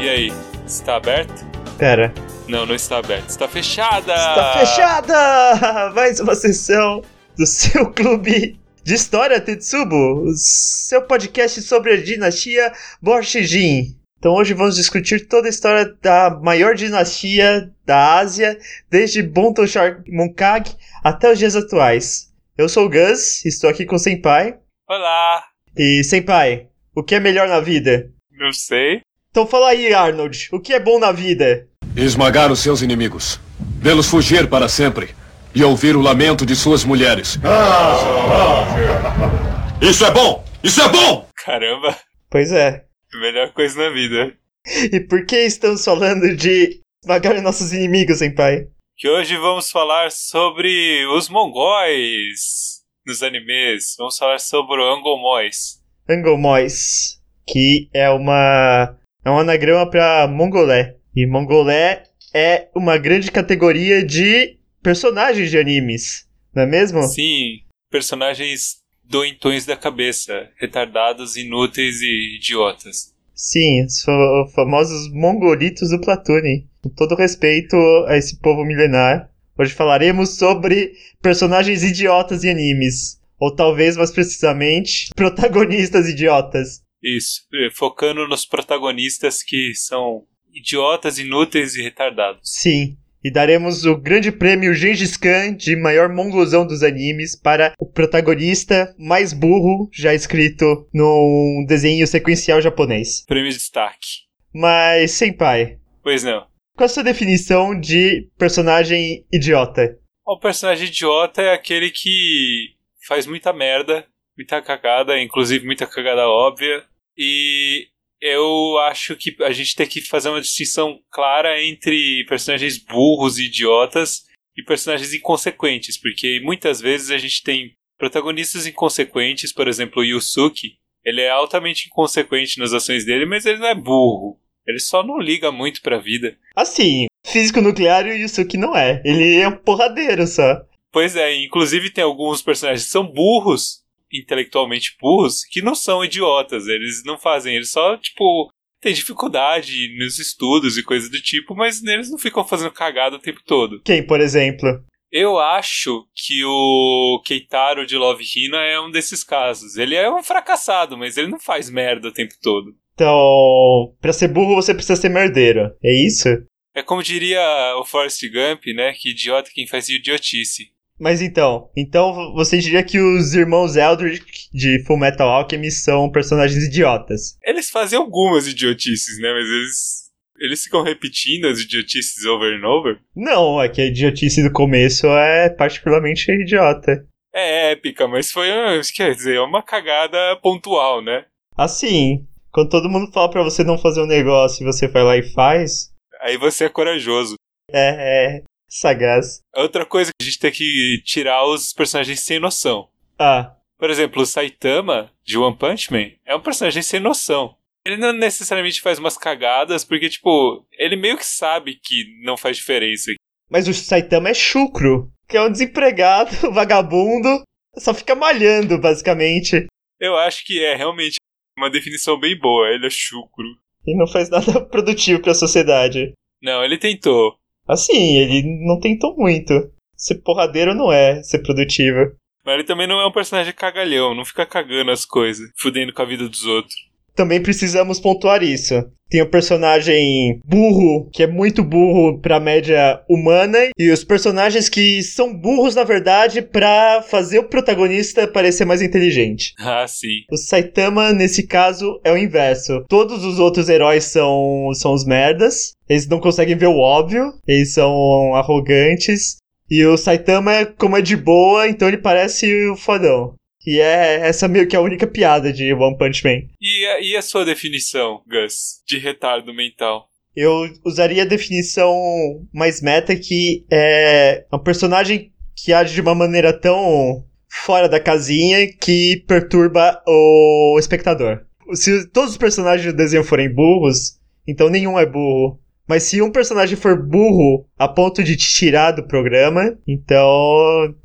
E aí, está aberto? Pera. Não, não está aberto. Está fechada! Está fechada! Mais uma sessão do seu clube de história, Tetsubo. O seu podcast sobre a dinastia Borshijin. Então hoje vamos discutir toda a história da maior dinastia da Ásia, desde Bonto Munkag até os dias atuais. Eu sou o Gus, estou aqui com o Senpai. Olá! E Senpai, o que é melhor na vida? Não sei. Então fala aí, Arnold, o que é bom na vida? Esmagar os seus inimigos, vê-los fugir para sempre e ouvir o lamento de suas mulheres. Isso é bom! Isso é bom! Caramba, Pois é. melhor coisa na vida. E por que estamos falando de esmagar nossos inimigos, Senpai? Que hoje vamos falar sobre os mongóis nos animes. Vamos falar sobre o angomóis. Angomóis, que é uma é um anagrama para mongolé. E mongolé é uma grande categoria de personagens de animes, não é mesmo? Sim, personagens doentões da cabeça, retardados, inúteis e idiotas. Sim, os fa- famosos mongolitos do Platune. Com todo respeito a esse povo milenar, hoje falaremos sobre personagens idiotas em animes. Ou talvez, mais precisamente, protagonistas idiotas. Isso, eh, focando nos protagonistas que são idiotas, inúteis e retardados. Sim. E daremos o grande prêmio Gengis Khan de maior mongolzão dos animes para o protagonista mais burro já escrito num desenho sequencial japonês. Prêmio de destaque. Mas, senpai, Pois não. qual a sua definição de personagem idiota? O personagem idiota é aquele que faz muita merda, muita cagada, inclusive muita cagada óbvia. E eu acho que a gente tem que fazer uma distinção clara entre personagens burros e idiotas e personagens inconsequentes, porque muitas vezes a gente tem protagonistas inconsequentes, por exemplo, o Yusuke. Ele é altamente inconsequente nas ações dele, mas ele não é burro. Ele só não liga muito pra vida. Assim, físico nuclear e o Yusuke não é. Ele é um porradeiro só. Pois é, inclusive tem alguns personagens que são burros, intelectualmente burros, que não são idiotas, eles não fazem, eles só, tipo, têm dificuldade nos estudos e coisas do tipo, mas eles não ficam fazendo cagada o tempo todo. Quem, por exemplo? Eu acho que o Keitaro de Love Hina é um desses casos. Ele é um fracassado, mas ele não faz merda o tempo todo. Então, pra ser burro você precisa ser merdeiro. É isso? É como diria o Forrest Gump, né? Que idiota é quem faz idiotice. Mas então, então você diria que os irmãos Eldritch de Full Metal Alchemist são personagens idiotas. Eles fazem algumas idiotices, né? Mas eles. Eles ficam repetindo as idiotices over and over. Não, é que a idiotice do começo é particularmente idiota. É épica, mas foi. ah, Quer dizer, é uma cagada pontual, né? Assim, quando todo mundo fala pra você não fazer um negócio e você vai lá e faz, Aí você é corajoso. É é, é sagaz. Outra coisa que a gente tem que tirar os personagens sem noção. Ah, Por exemplo, o Saitama, de One Punch Man, é um personagem sem noção. Ele não necessariamente faz umas cagadas, porque, tipo, ele meio que sabe que não faz diferença. mas o Saitama é chucro, que é um desempregado, vagabundo, só fica malhando, basicamente. Eu acho que é realmente uma definição bem boa. Ele é chucro. E não faz nada produtivo pra sociedade. Não, ele tentou. Assim, ele não tentou muito. Ser porradeiro não é ser produtivo. Mas ele também não é um personagem cagalhão, não fica cagando as coisas, fudendo com a vida dos outros. Também precisamos pontuar isso. Tem o personagem burro, que é muito burro pra média humana, e os personagens que são burros, na verdade, pra fazer o protagonista parecer mais inteligente. Ah, sim. O Saitama, nesse caso, é o inverso. Todos os outros heróis são, são os merdas. Eles não conseguem ver o óbvio. Eles são arrogantes. E o Saitama, como é de boa, então ele parece o fodão. E é essa meio que a única piada de One Punch Man. E a, e a sua definição, Gus, de retardo mental? Eu usaria a definição mais meta que é um personagem que age de uma maneira tão fora da casinha que perturba o espectador. Se todos os personagens do desenho forem burros, então nenhum é burro. Mas se um personagem for burro a ponto de te tirar do programa, então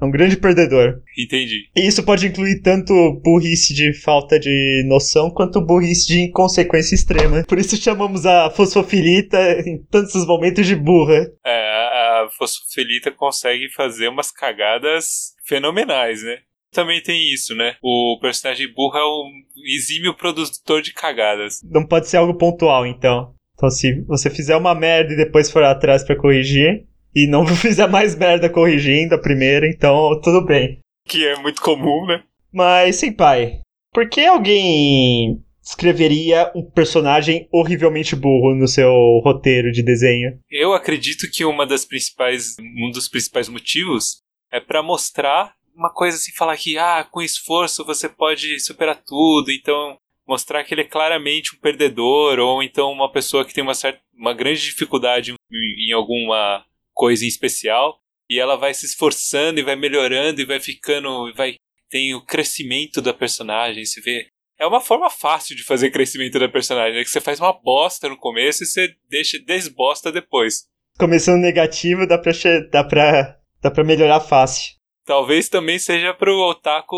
é um grande perdedor. Entendi. E isso pode incluir tanto burrice de falta de noção quanto burrice de inconsequência extrema. Por isso chamamos a fosfofilita em tantos momentos de burra. É, a, a fosfofelita consegue fazer umas cagadas fenomenais, né? Também tem isso, né? O personagem burro é um exímio produtor de cagadas. Não pode ser algo pontual, então. Então, se você fizer uma merda e depois for atrás pra corrigir, e não fizer mais merda corrigindo a primeira, então tudo bem. Que é muito comum, né? Mas, sim, pai, por que alguém escreveria um personagem horrivelmente burro no seu roteiro de desenho? Eu acredito que uma das principais, um dos principais motivos é pra mostrar uma coisa assim, falar que ah, com esforço você pode superar tudo, então mostrar que ele é claramente um perdedor ou então uma pessoa que tem uma certa uma grande dificuldade em, em alguma coisa em especial e ela vai se esforçando e vai melhorando e vai ficando e vai tem o crescimento da personagem, se vê. É uma forma fácil de fazer crescimento da personagem, é que você faz uma bosta no começo e você deixa desbosta depois. Começando negativo, dá pra, che- dá pra, dá pra melhorar fácil. Talvez também seja pro otaku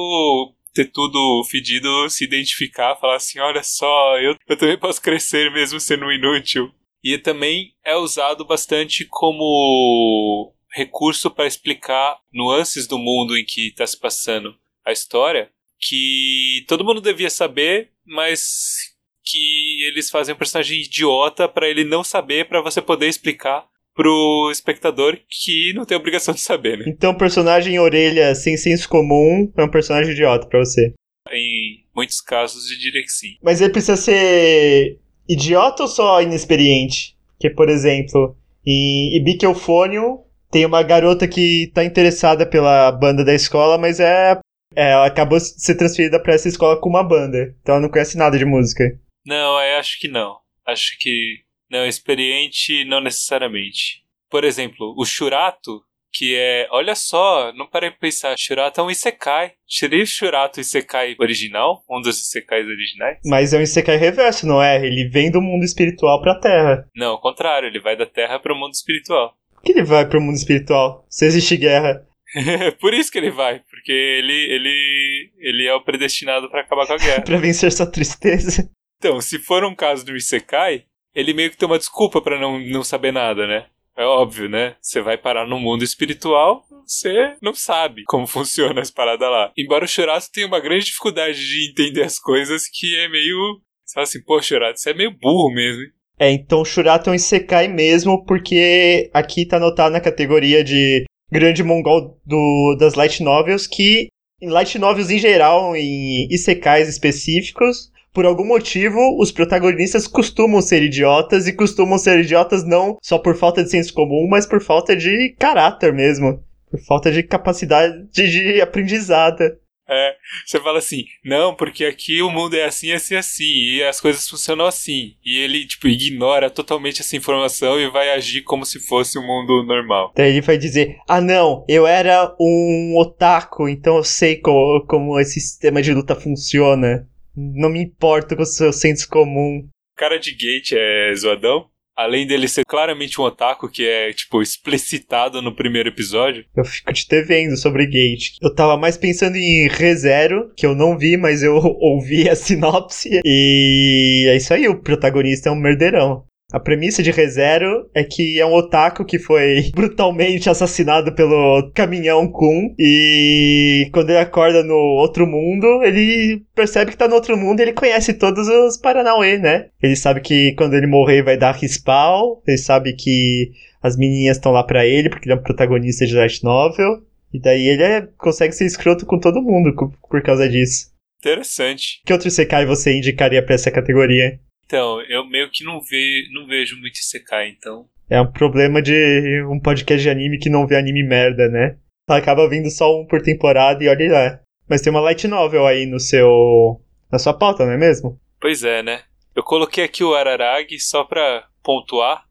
ter tudo fedido, se identificar, falar assim, olha só, eu, eu também posso crescer mesmo sendo um inútil. E também é usado bastante como recurso para explicar nuances do mundo em que está se passando a história, que todo mundo devia saber, mas que eles fazem um personagem idiota para ele não saber, para você poder explicar pro espectador que não tem obrigação de saber, né? Então, personagem orelha sem senso comum é um personagem idiota pra você. Em muitos casos eu diria que sim. Mas ele precisa ser idiota ou só inexperiente? Porque, por exemplo, em Ibiqueufônio tem uma garota que tá interessada pela banda da escola, mas é, é, ela acabou de ser transferida pra essa escola com uma banda. Então ela não conhece nada de música. Não, eu acho que não. Acho que não experiente, não necessariamente. Por exemplo, o Shurato, que é, olha só, não parei pra pensar, Shurato é um isekai. Seria o Shurato isekai original, um dos isekais originais? Mas é um Isekai reverso, não é? Ele vem do mundo espiritual pra Terra. Não, ao contrário, ele vai da terra pro mundo espiritual. Por que ele vai pro mundo espiritual se existe guerra? É por isso que ele vai, porque ele ele ele é o predestinado pra acabar com a guerra. Pra vencer sua tristeza? Então, se for um caso do Isekai, ele meio que tem uma desculpa pra não, não saber nada, né? É óbvio, né? Você vai parar no mundo espiritual, você não sabe como funciona as paradas lá. Embora o Churato tenha uma grande dificuldade de entender as coisas, que é meio. Você fala assim, pô, Churato, você é meio burro mesmo. hein? É, então Shurato é um Isekai mesmo, porque aqui tá anotado na categoria de grande mongol do, das light novels, que em light novels em geral, em Isekais específicos, por algum motivo, os protagonistas costumam ser idiotas, e costumam ser idiotas não só por falta de senso comum, mas por falta de caráter mesmo. Por falta de capacidade de aprendizada. É, você fala assim, não, porque aqui o mundo é assim, assim, assim, e as coisas funcionam assim. E ele, tipo, ignora totalmente essa informação e vai agir como se fosse um mundo normal. Daí ele vai dizer: Ah, não, eu era um otaku, então eu sei co- como esse sistema de luta funciona. Não me importo com o seu senso comum. cara de Gate é zoadão. Além dele ser claramente um otaku, que é, tipo, explicitado no primeiro episódio. Eu fico te devendo sobre Gate. Eu tava mais pensando em ReZero, que eu não vi, mas eu ouvi a sinopse. E é isso aí, o protagonista é um merdeirão. A premissa de ReZero é que é um otaku que foi brutalmente assassinado pelo caminhão Kun. E quando ele acorda no outro mundo, ele percebe que tá no outro mundo e ele conhece todos os Paranauê, né? Ele sabe que quando ele morrer vai dar respawn. Ele sabe que as menininhas estão lá pra ele, porque ele é um protagonista de light novel. E daí ele é- consegue ser escroto com todo mundo co- por causa disso. Interessante. Que outro Sekai você indicaria pra essa categoria? Então, eu meio que não, ve não vejo muito Isekai, então. É um problema de um podcast de anime que não vê anime merda, né? Acaba vindo só um por temporada e olha lá. Mas tem uma light novel aí no seu. na sua pauta, não é mesmo? Pois é, né? Eu coloquei aqui o Araragi só pra pontuar,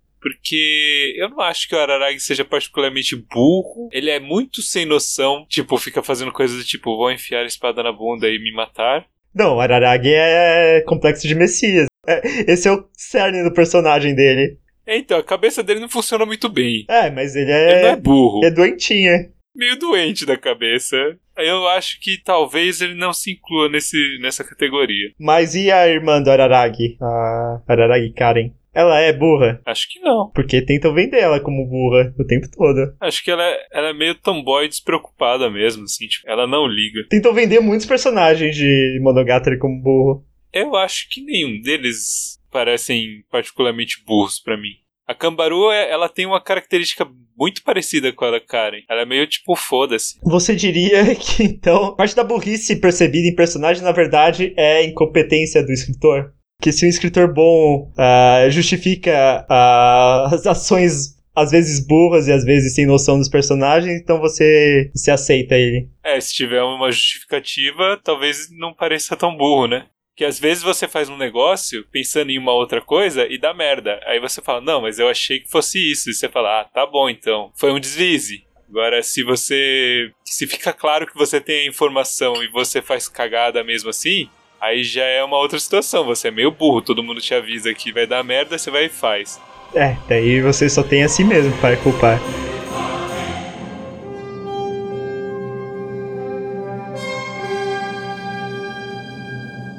porque eu não acho que o Araragi seja particularmente burro. Ele é muito sem noção, tipo, fica fazendo coisas do tipo, vou enfiar a espada na bunda e me matar. Não, Araragi é complexo de Messias. É, esse é o cerne do personagem dele. É, Então, a cabeça dele não funciona muito bem. É, mas ele Ele não é, é burro. é doentinho, é. meio doente da cabeça. Eu acho que talvez ele não se inclua nesse, nessa categoria. Mas e a irmã do Araragi? A Araragi Karen? Ela é burra? Acho que não. Porque tentam vender ela como burra o tempo todo. Acho que ela é, ela é meio tomboy despreocupada mesmo, assim, tipo, ela não liga. Tentam vender muitos personagens de Monogatari como burro. Eu acho que nenhum deles parecem particularmente burros pra mim. A Cambaru, é- ela tem uma característica muito parecida com a da Karen. Ela é meio tipo, foda-se. Você diria que, então, parte da burrice percebida em personagem, na verdade, é a incompetência do escritor? Que se um escritor bom ah, justifica ah, as ações, às vezes burras e às vezes sem noção dos personagens, então você, você aceita ele. É, se tiver uma justificativa, talvez não pareça tão burro, né? Que às vezes você faz um negócio pensando em uma outra coisa e dá merda. Aí você fala, não, mas eu achei que fosse isso. E você fala, ah, tá bom então. Foi um deslize. Agora, se você. Se fica claro que você tem a informação e você faz cagada mesmo assim, aí já é uma outra situação. Você é meio burro, todo mundo te avisa que vai dar merda, você vai e faz. É, daí você só tem a si mesmo para culpar.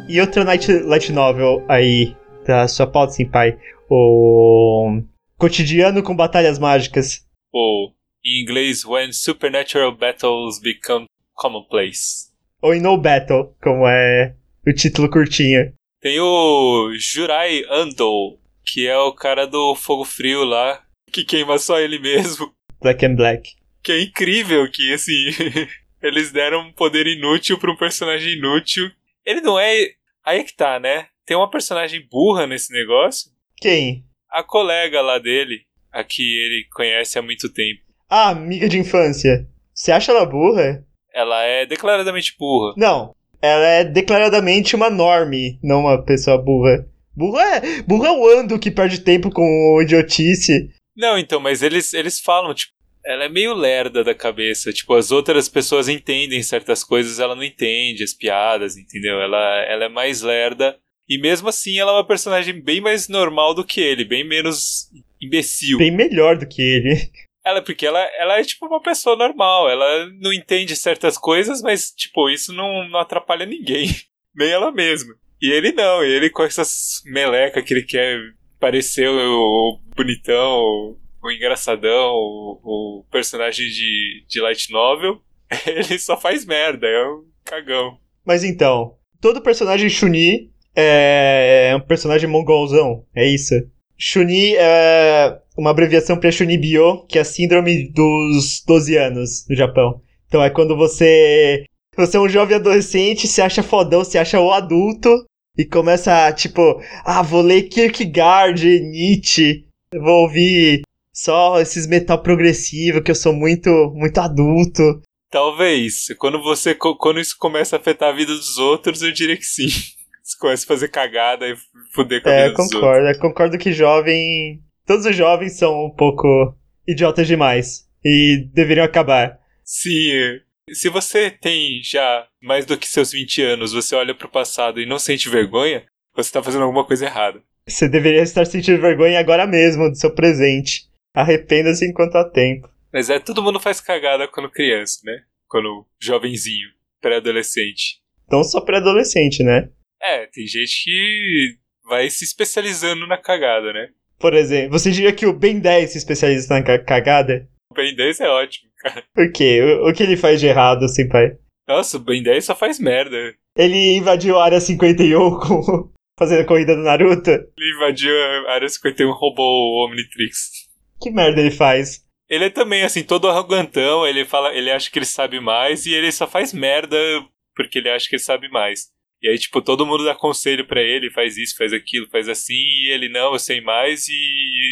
E outra light, light novel aí da sua pauta, Senpai? O Cotidiano com Batalhas Mágicas. Ou, em inglês, when supernatural battles become commonplace. Ou em No Battle, como é o título curtinho. Tem o Jurai Ando, que é o cara do fogo frio lá, que queima só ele mesmo. Black and Black. Que é incrível que, assim, eles deram um poder inútil pra um personagem inútil. Ele não é. Aí é que tá, né? Tem uma personagem burra nesse negócio. Quem? A colega lá dele, a que ele conhece há muito tempo, Ah, amiga de infância. Você acha ela burra? ela é declaradamente burra. Não, ela é declaradamente uma norme, não uma pessoa burra. Burra é, burra é o Ando que perde tempo com o idiotice. Não, então, mas eles, eles falam, tipo, ela é meio lerda da cabeça. Tipo, as outras pessoas entendem certas coisas, ela não entende as piadas, entendeu? Ela, ela é mais lerda. E mesmo assim, ela é uma personagem bem mais normal do que ele, bem menos imbecil. Bem melhor do que ele. Ela, porque ela, ela é tipo uma pessoa normal, ela não entende certas coisas, mas, tipo, isso não, não atrapalha ninguém, nem ela mesma. E ele não, ele com essas meleca que ele quer parecer o, o bonitão, o, o engraçadão, o, o personagem de, de light novel, ele só faz merda, é um cagão. Mas então, todo personagem Shuni é um personagem mongolzão, é isso. Shuni é uma abreviação para Shunibyo, que é a síndrome dos 12 anos no Japão. Então é quando você Você é um jovem adolescente, se acha fodão, se acha o adulto e começa a, tipo, ah, vou ler Kierkegaard, Nietzsche, vou ouvir só esses metal progressivo que eu sou muito, muito adulto. Talvez, quando você co- quando isso começa a afetar a vida dos outros, eu diria que sim. Você começa a fazer cagada e fuder com a vida É, eu dos outros. concordo, eu concordo que jovem, todos os jovens são um pouco idiotas demais e deveriam acabar. Sim. é. Se você tem já mais do que seus 20 anos, você olha pro passado e não sente vergonha, você tá fazendo alguma coisa errada. Você deveria estar sentindo vergonha agora mesmo do seu presente. Arrependa-se enquanto há tempo. Mas é, todo mundo faz cagada quando criança, né? Quando jovenzinho, pré-adolescente. Não só para adolescente, né? É, tem gente que vai se especializando na cagada, né? Por exemplo, você diria que o Ben 10 se especializa na ca- cagada? O Ben 10 é ótimo. Por quê? O, o que ele faz de errado, senpai? Nossa, o Ben 10 só faz merda. Ele invadiu a área 51 com, fazendo a corrida do Naruto? Ele invadiu a Área 51 roubou o Omnitrix. Que merda ele faz? Ele é também, assim, todo arrogantão, ele fala, ele acha que ele sabe mais e ele só faz merda porque ele acha que ele sabe mais. E aí, tipo, todo mundo dá conselho pra ele, faz isso, faz aquilo, faz assim, e ele não, eu sei mais, e,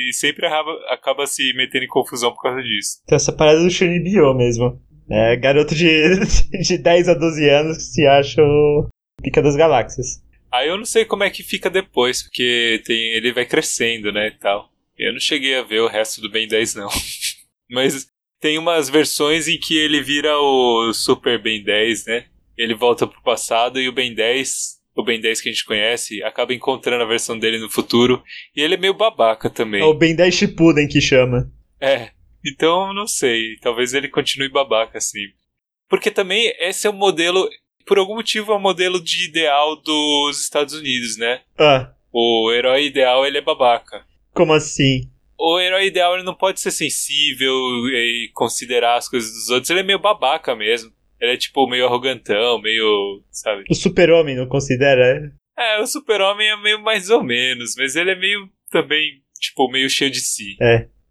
e sempre acaba, acaba se metendo em confusão por causa disso. Tem Então, essa parada do Shunibyo mesmo. É, garoto de, de 10 a 12 anos que se acha o pica das galáxias. Aí eu não sei como é que fica depois, porque tem, ele vai crescendo, né, e tal. Eu não cheguei a ver o resto do Ben 10, não. Mas tem umas versões em que ele vira o Super Ben 10, né? Ele volta pro passado e o Ben 10 o Ben 10 que a gente conhece, acaba encontrando a versão dele no futuro. E ele é meio babaca também. É o Ben 10 Shippuden que chama. É, então não sei. Talvez ele continue babaca assim. Porque também esse é o modelo, por algum motivo, é o modelo de ideal dos Estados Unidos, né? Ah, O herói ideal ele é babaca. como assim? O herói ideal ele não pode ser sensível e considerar as coisas dos outros. Ele é meio babaca mesmo. Ele é tipo meio arrogantão, meio, sabe? O super-homem não considera? É, o super-homem é meio mais ou menos, mas ele é meio também, tipo, meio cheio de si.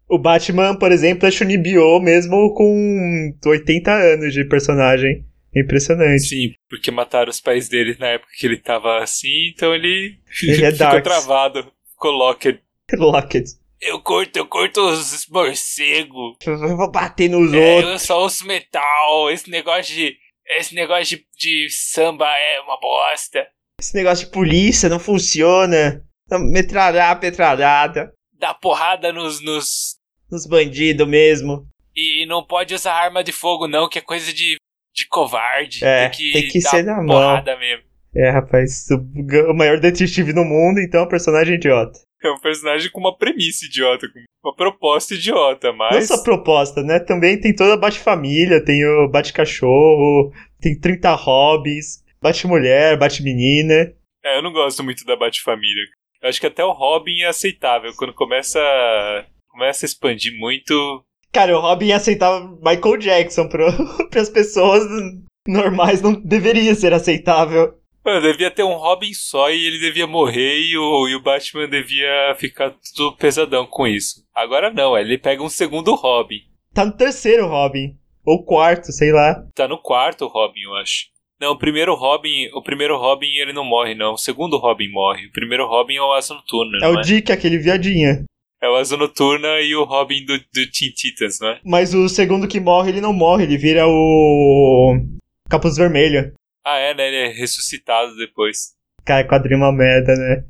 O Batman, por exemplo, é Shunibyo mesmo com 80 anos de personagem. Impressionante. Sim, porque mataram os pais dele na época que ele tava assim, então ele, Ele é ficou Darks. travado. Coloca. Lockett. Eu corto, eu corto os morcegos. Eu vou bater nos É, outros. eu só uso metal. Esse negócio de. Esse negócio de, de samba é uma bosta. Esse negócio de polícia não funciona. Metralhar, petralhada. Dá porrada nos. nos Nos bandidos mesmo. e não pode usar arma de fogo, não, que é coisa de, de covarde. É, tem que dar ser na mão. porrada mesmo. É, rapaz, o o maior detetive no mundo, então, personagem idiota. É um personagem com uma premissa idiota, com uma proposta idiota, Não mas. só proposta, né? Também tem toda a Bate-Família, tem o Bate-Cachorro, tem 30 hobbies, Bate-Mulher, Bate-Menina. É, eu não gosto muito da Batfamília. Eu acho que até o Robin é aceitável. Quando começa, começa a expandir muito. Cara, o Robin aceitava Michael Jackson para as pessoas normais, não deveria ser aceitável. Mano, devia ter um Robin só e ele devia morrer e o, e o Batman devia ficar tudo pesadão com isso. Agora não, ele pega um segundo Robin. Tá no terceiro Robin, ou quarto, sei lá. Tá no quarto Robin, eu acho. Não, o primeiro Robin, o primeiro Robin ele não morre, não. O segundo Robin morre. O primeiro Robin é o Asa Noturna, É não o é? Dick, aquele viadinha. É o Asa Noturna e o Robin do, do Teen Titans, não é? Mas o segundo que morre, ele não morre, ele vira o Capuz Vermelho. Ah, é, né? Ele é ressuscitado depois. Cara, quadrinho é uma merda, né?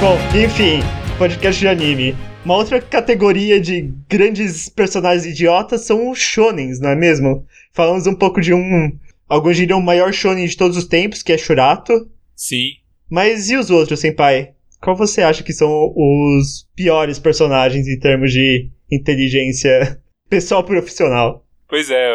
Bom, enfim, podcast de anime. Uma outra categoria de grandes personagens idiotas são os shonens, não é mesmo? Falamos um pouco de um. Alguns diriam o maior shonen de todos os tempos, que é Shurato. Sim. Mas e os outros, senpai? Qual você acha que são os piores personagens em termos de inteligência pessoal profissional? Pois é, o-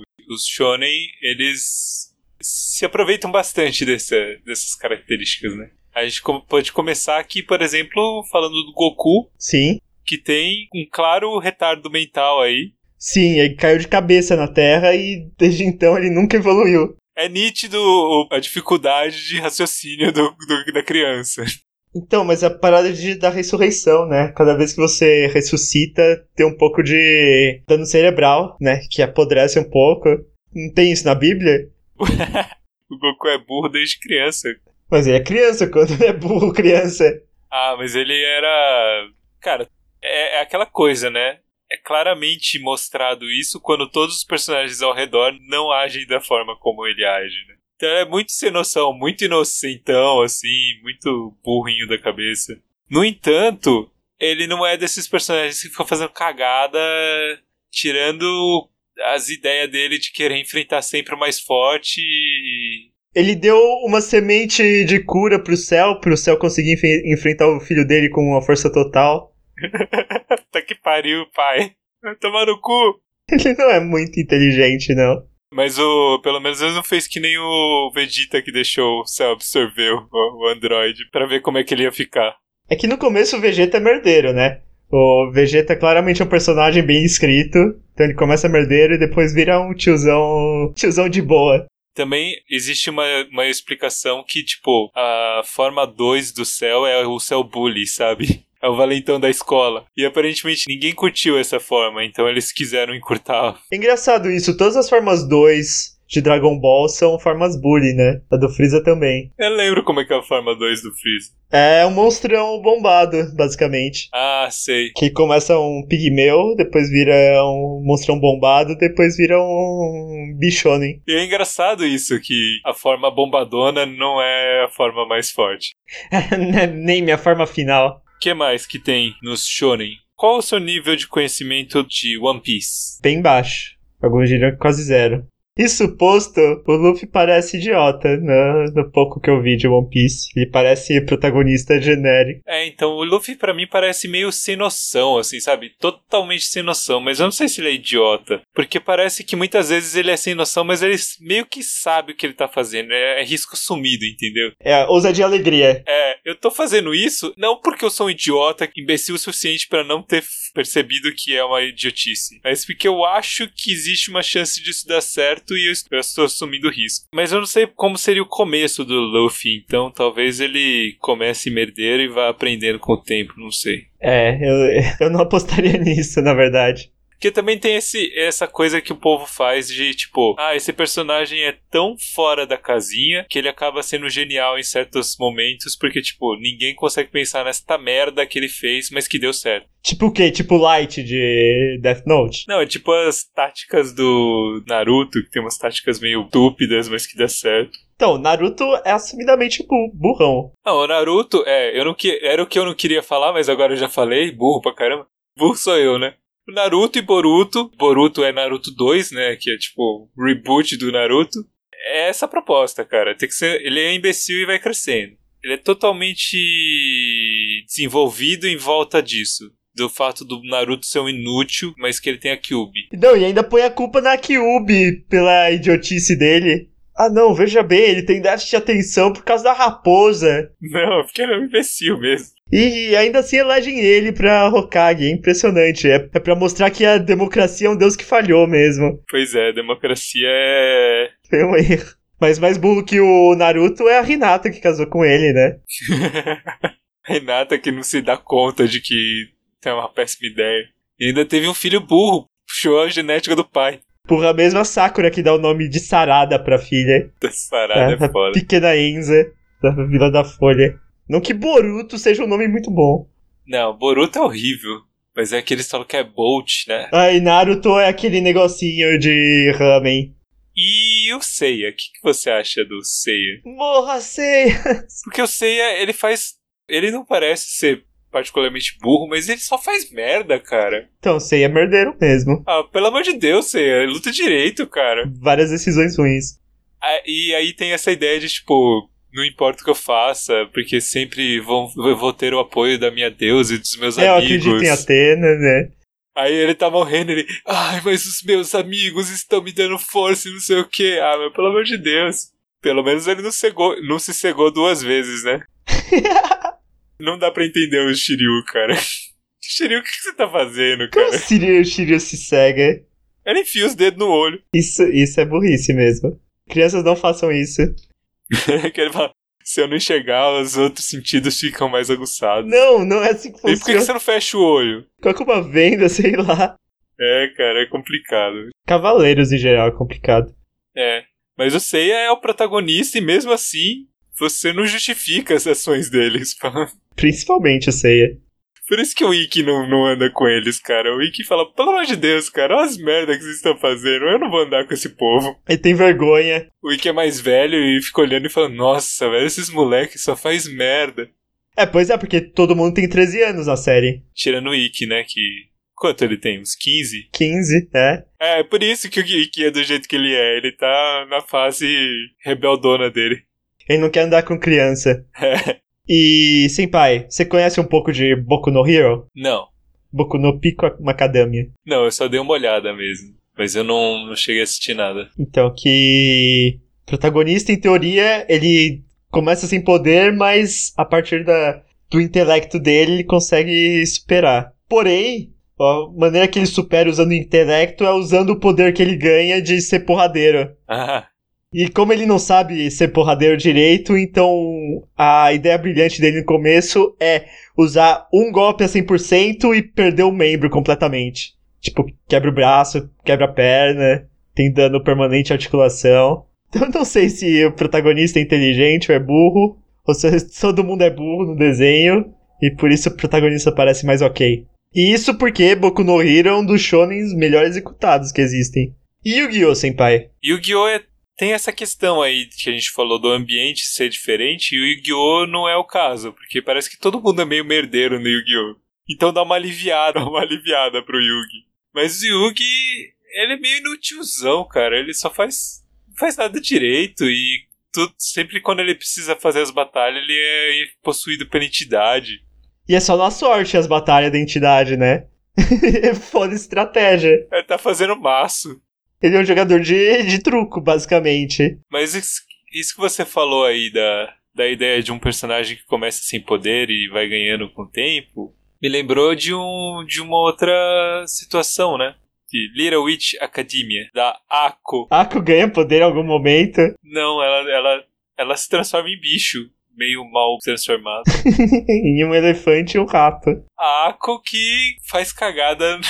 o- os shonen, eles se aproveitam bastante dessa- dessas características, né? A gente com- pode começar aqui, por exemplo, falando do Goku, Sim. que tem um claro retardo mental aí. Sim, ele caiu de cabeça na Terra e desde então ele nunca evoluiu. É nítido o- a dificuldade de raciocínio do- do- da criança. Então, mas a parada de, da ressurreição, né? Cada vez que você ressuscita, tem um pouco de dano cerebral, né? Que apodrece um pouco. Não tem isso na Bíblia? O Goku é burro desde criança. Mas ele é criança quando ele é burro, criança. Ah, mas ele era. Cara, é, é aquela coisa, né? É claramente mostrado isso quando todos os personagens ao redor não agem da forma como ele age, né? Então é muito sem noção, muito inocentão, assim, muito burrinho da cabeça. No entanto, ele não é desses personagens que ficam fazendo cagada, tirando as ideias dele de querer enfrentar sempre o mais forte e Ele deu uma semente de cura pro céu, pro céu conseguir enfe- enfrentar o filho dele com uma força total. Puta que pariu, pai. Vai tomar no cu. Ele não é muito inteligente, não. Mas o, pelo menos ele não fez que nem o Vegeta que deixou o céu absorver o, o Android pra ver como é que ele ia ficar. É que no começo o Vegeta é merdeiro, né? O Vegeta claramente é um personagem bem escrito, então ele começa merdeiro e depois vira um tiozão, tiozão de boa. Também existe uma, uma explicação que, tipo, a forma 2 do céu é o céu bully, sabe? É o valentão da escola. E aparentemente ninguém curtiu essa forma, então eles quiseram encurtar. É engraçado isso, todas as formas 2 de Dragon Ball são formas bully, né? A do Freeza também. Eu lembro como é que é a forma 2 do Freeza. É um monstrão bombado, basicamente. Ah, sei. Que começa um pigmeu, depois vira um monstrão bombado, depois vira um bichonem. E é engraçado isso, que a forma bombadona não é a forma mais forte. Nem minha forma final. que mais que tem nos shonen? Qual o seu nível de conhecimento de One Piece? Bem baixo. Alguns diriam que quase zero. Isso posto, o Luffy parece idiota no, no pouco que eu vi de One Piece. Ele parece protagonista genérico. É, então o Luffy pra mim parece meio sem noção, assim, sabe? Totalmente sem noção, mas eu não sei se ele é idiota. Porque parece que muitas vezes ele é sem noção, mas ele meio que sabe o que ele tá fazendo. É, é risco sumido, entendeu? É, ousadia e alegria. É, eu tô fazendo isso não porque eu sou um idiota, imbecil o suficiente pra não ter percebido que é uma idiotice, mas porque eu acho que existe uma chance disso dar certo e eu est- eu estou assumindo risco. Mas eu não sei como seria o começo do Luffy, então talvez ele comece merdeiro e vá aprendendo com o tempo, não sei. É, eu, eu não apostaria nisso, na verdade. Porque também tem esse, essa coisa que o povo faz de tipo, ah, esse personagem é tão fora da casinha que ele acaba sendo genial em certos momentos, porque, tipo, ninguém consegue pensar nesta merda que ele fez, mas que deu certo. Tipo o quê? Tipo Light de Death Note? Não, é tipo as táticas do Naruto, que tem umas táticas meio túpidas, mas que dá certo. Então, Naruto é assumidamente bu- burrão. Não, o Naruto, é, eu não que, era o que eu não queria falar, mas agora eu já falei, burro pra caramba. Burro sou eu, né? O Naruto e Boruto, Boruto é Naruto 2, né, que é tipo o reboot do Naruto. É essa a proposta, cara. Tem que ser, ele é imbecil e vai crescendo. Ele é totalmente desenvolvido em volta disso. Do fato do Naruto ser um inútil, mas que ele tem a Kyuubi. Não, e ainda põe a culpa na Kyuubi pela idiotice dele. Ah não, veja bem, ele tem déficit de atenção por causa da raposa. Não, porque ele é um imbecil mesmo. E ainda assim elegem ele pra Hokage, é impressionante. É, é pra mostrar que a democracia é um deus que falhou mesmo. Pois é, democracia é. Foi um erro. Mas mais burro que o Naruto é a Hinata que casou com ele, né? Renata que não se dá conta de que é uma péssima ideia. E ainda teve um filho burro, puxou a genética do pai. Por a mesma Sakura que dá o nome de Sarada pra filha. Sarada é foda. Pequena Enza, da Vila da Folha. Não que Boruto seja um nome muito bom. Não, Boruto é horrível. Mas é que eles falam que é Bolt, né? Ai, Naruto é aquele negocinho de ramen. E o Seiya, o que, que você acha do Seiya? Morra, sei! Porque o Seiya, ele faz. Ele não parece ser particularmente burro, mas ele só faz merda, cara. Então, sei é merdeiro mesmo. Ah, pelo amor de Deus, Seiya, luta direito, cara. Várias decisões ruins. Ah, E aí tem essa ideia de, tipo, não importa o que eu faça, porque sempre vão, eu vou ter o apoio da minha deusa e dos meus É, eu acredito em amigos. Atena, né? Aí ele tá morrendo, ele, ai, mas os meus amigos estão me dando força e não sei o que. Ah, mas pelo amor de Deus. Pelo menos ele não, cegou, não se cegou duas vezes, né? não dá pra entender o Shiryu, cara. Shiryu, o que, que você tá fazendo, Como o cara? Shiryu, o Shiryu se cega? Ele enfia os dedos no olho. Isso, isso é burrice mesmo. Crianças não façam isso. que ele fala, se eu não enxergar, os outros sentidos ficam mais aguçados. Não, não é assim que E por que que funciona. você não fecha o olho? Coloca uma venda, sei lá. É, cara, é complicado. Cavaleiros em geral é complicado. É. Mas o Seiya é o protagonista e mesmo assim, você não justifica as ações deles. pá. Principalmente o Seiya. Por isso que o Ikki não, não anda com eles, cara. O Ikki fala, pelo amor de Deus, cara, olha as merdas que vocês estão fazendo, eu não vou andar com esse povo. Ele tem vergonha. O Ikki é mais velho e fica olhando e fala, nossa, velho, esses moleques só faz merda. É, pois é, porque todo mundo tem 13 anos na série. Tirando o Ikki, né, que... Quanto ele tem? Uns 15? 15, né? É, é por isso que o Geek é do jeito que ele é. Ele tá na fase rebeldona dele. Ele não quer andar com criança. É. E, senpai, você conhece um pouco de Boku no Hero? Não. Boku no Pico Macadamia. Não, eu só dei uma olhada mesmo. Mas eu não, não cheguei a assistir nada. Então, que o protagonista, em teoria, ele começa sem poder, mas a partir da, do intelecto dele, ele consegue superar. Porém, a maneira que ele supera usando o intelecto é usando o poder que ele ganha de ser porradeiro. Ah, E como ele não sabe ser porradeiro direito, então a ideia brilhante dele no começo é usar um golpe a 100% e perder o membro completamente. Tipo, quebra o braço, quebra a perna, tem dano permanente à articulação. Então eu não sei se o protagonista é inteligente ou é burro, ou se todo mundo é burro no desenho, e por isso o protagonista parece mais ok. E isso porque Boku no Hero é um dos shonens melhor executados que existem. E Yu-Gi-Oh! Senpai? Yu-Gi-Oh! é tem essa questão aí que a gente falou do ambiente ser diferente e o Yu-Gi-Oh! não é o caso, porque parece que todo mundo é meio merdeiro no Yu-Gi-Oh! Então dá uma aliviada, uma aliviada pro Yugi. Mas o Yugi, ele é meio inutilzão, cara. Ele só faz, não faz nada direito e tudo, sempre quando ele precisa fazer as batalhas, ele é possuído pela entidade. E é só na sorte as batalhas da entidade, né? é foda estratégia. Ele tá fazendo maço. Ele é um jogador de, de truco, basicamente. Mas isso, isso que você falou aí da, da ideia de um personagem que começa sem poder e vai ganhando com o tempo, me lembrou de, um, de uma outra situação, né? De Little Witch Academia, da Ako. Ako ganha poder em algum momento. Não, ela, ela, ela se transforma em bicho, meio mal transformado. em um elefante e um rato. A Ako que faz cagada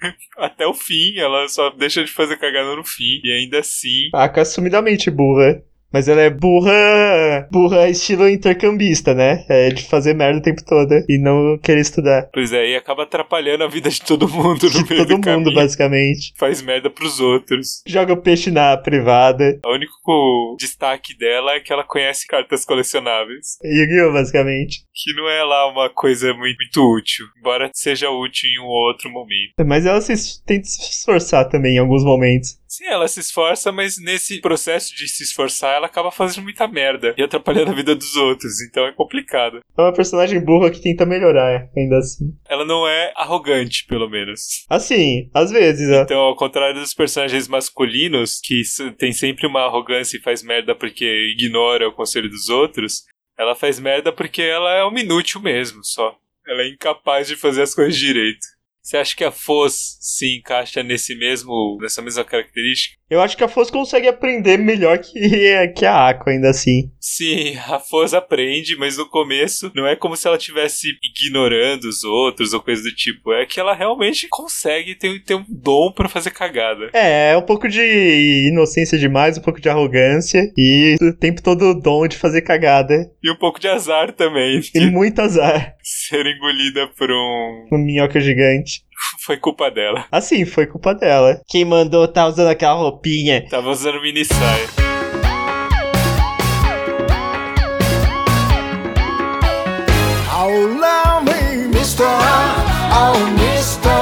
até o fim, ela só deixa de fazer cagada no fim, e ainda assim. A Ako é sumidamente burra. Mas ela é burra, burra estilo intercambista, né? É de fazer merda o tempo todo e não querer estudar. Pois é, e acaba atrapalhando a vida de todo mundo no De meio todo do mundo, caminho. basicamente. Faz merda pros outros. Joga o peixe na privada. O único destaque dela é que ela conhece cartas colecionáveis. Yu-Gi-Oh! basicamente. Que não é lá uma coisa muito, muito útil. Embora seja útil em um ou outro momento. Mas ela se es- tenta se esforçar também em alguns momentos. Sim, ela se esforça, mas nesse processo de se esforçar, ela acaba fazendo muita merda. E atrapalhando a vida dos outros. Então é complicado. É uma personagem burra que tenta melhorar, ainda assim. Ela não é arrogante, pelo menos. Assim, às vezes, ó. Então, ao contrário dos personagens masculinos, que s- tem sempre uma arrogância e faz merda porque ignora o conselho dos outros, ela faz merda porque ela é um inútil mesmo, só. Ela é incapaz de fazer as coisas direito. Você acha que a Foz se encaixa nesse mesmo, nessa mesma característica? Eu acho que a Foz consegue aprender melhor que, que a Aqua, ainda assim. Sim, a Foz aprende, mas no começo não é como se ela estivesse ignorando os outros ou coisa do tipo. É que ela realmente consegue ter, ter um dom pra fazer cagada. É, é um pouco de inocência demais, um pouco de arrogância e o tempo todo o dom de fazer cagada E um pouco de azar também. e muito azar ser engolida por um. no minhoca gigante. Foi culpa dela. Assim, foi culpa dela. Quem mandou tá usando aquela roupinha? Tava usando mini saia. Oh, love me, mister. Oh, mister.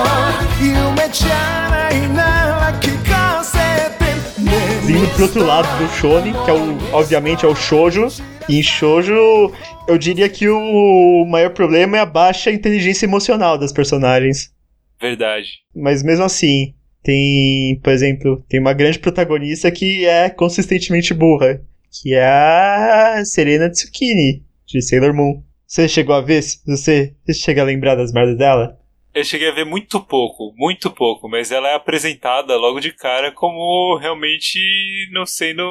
夢じゃないなら聞かせてね Indo pro outro lado do Shonen, que é o, obviamente é o Shoujo. E em Shoujo, eu diria que o maior problema é a baixa inteligência emocional das personagens. Verdade. Mas mesmo assim, tem, por exemplo, tem uma grande protagonista que é consistentemente burra, que é a Serena Tsukini, de Sailor Moon. Você chegou a ver? Você você chega a lembrar das merdas dela? Eu cheguei a ver muito pouco, muito pouco, mas ela é apresentada logo de cara como realmente não sendo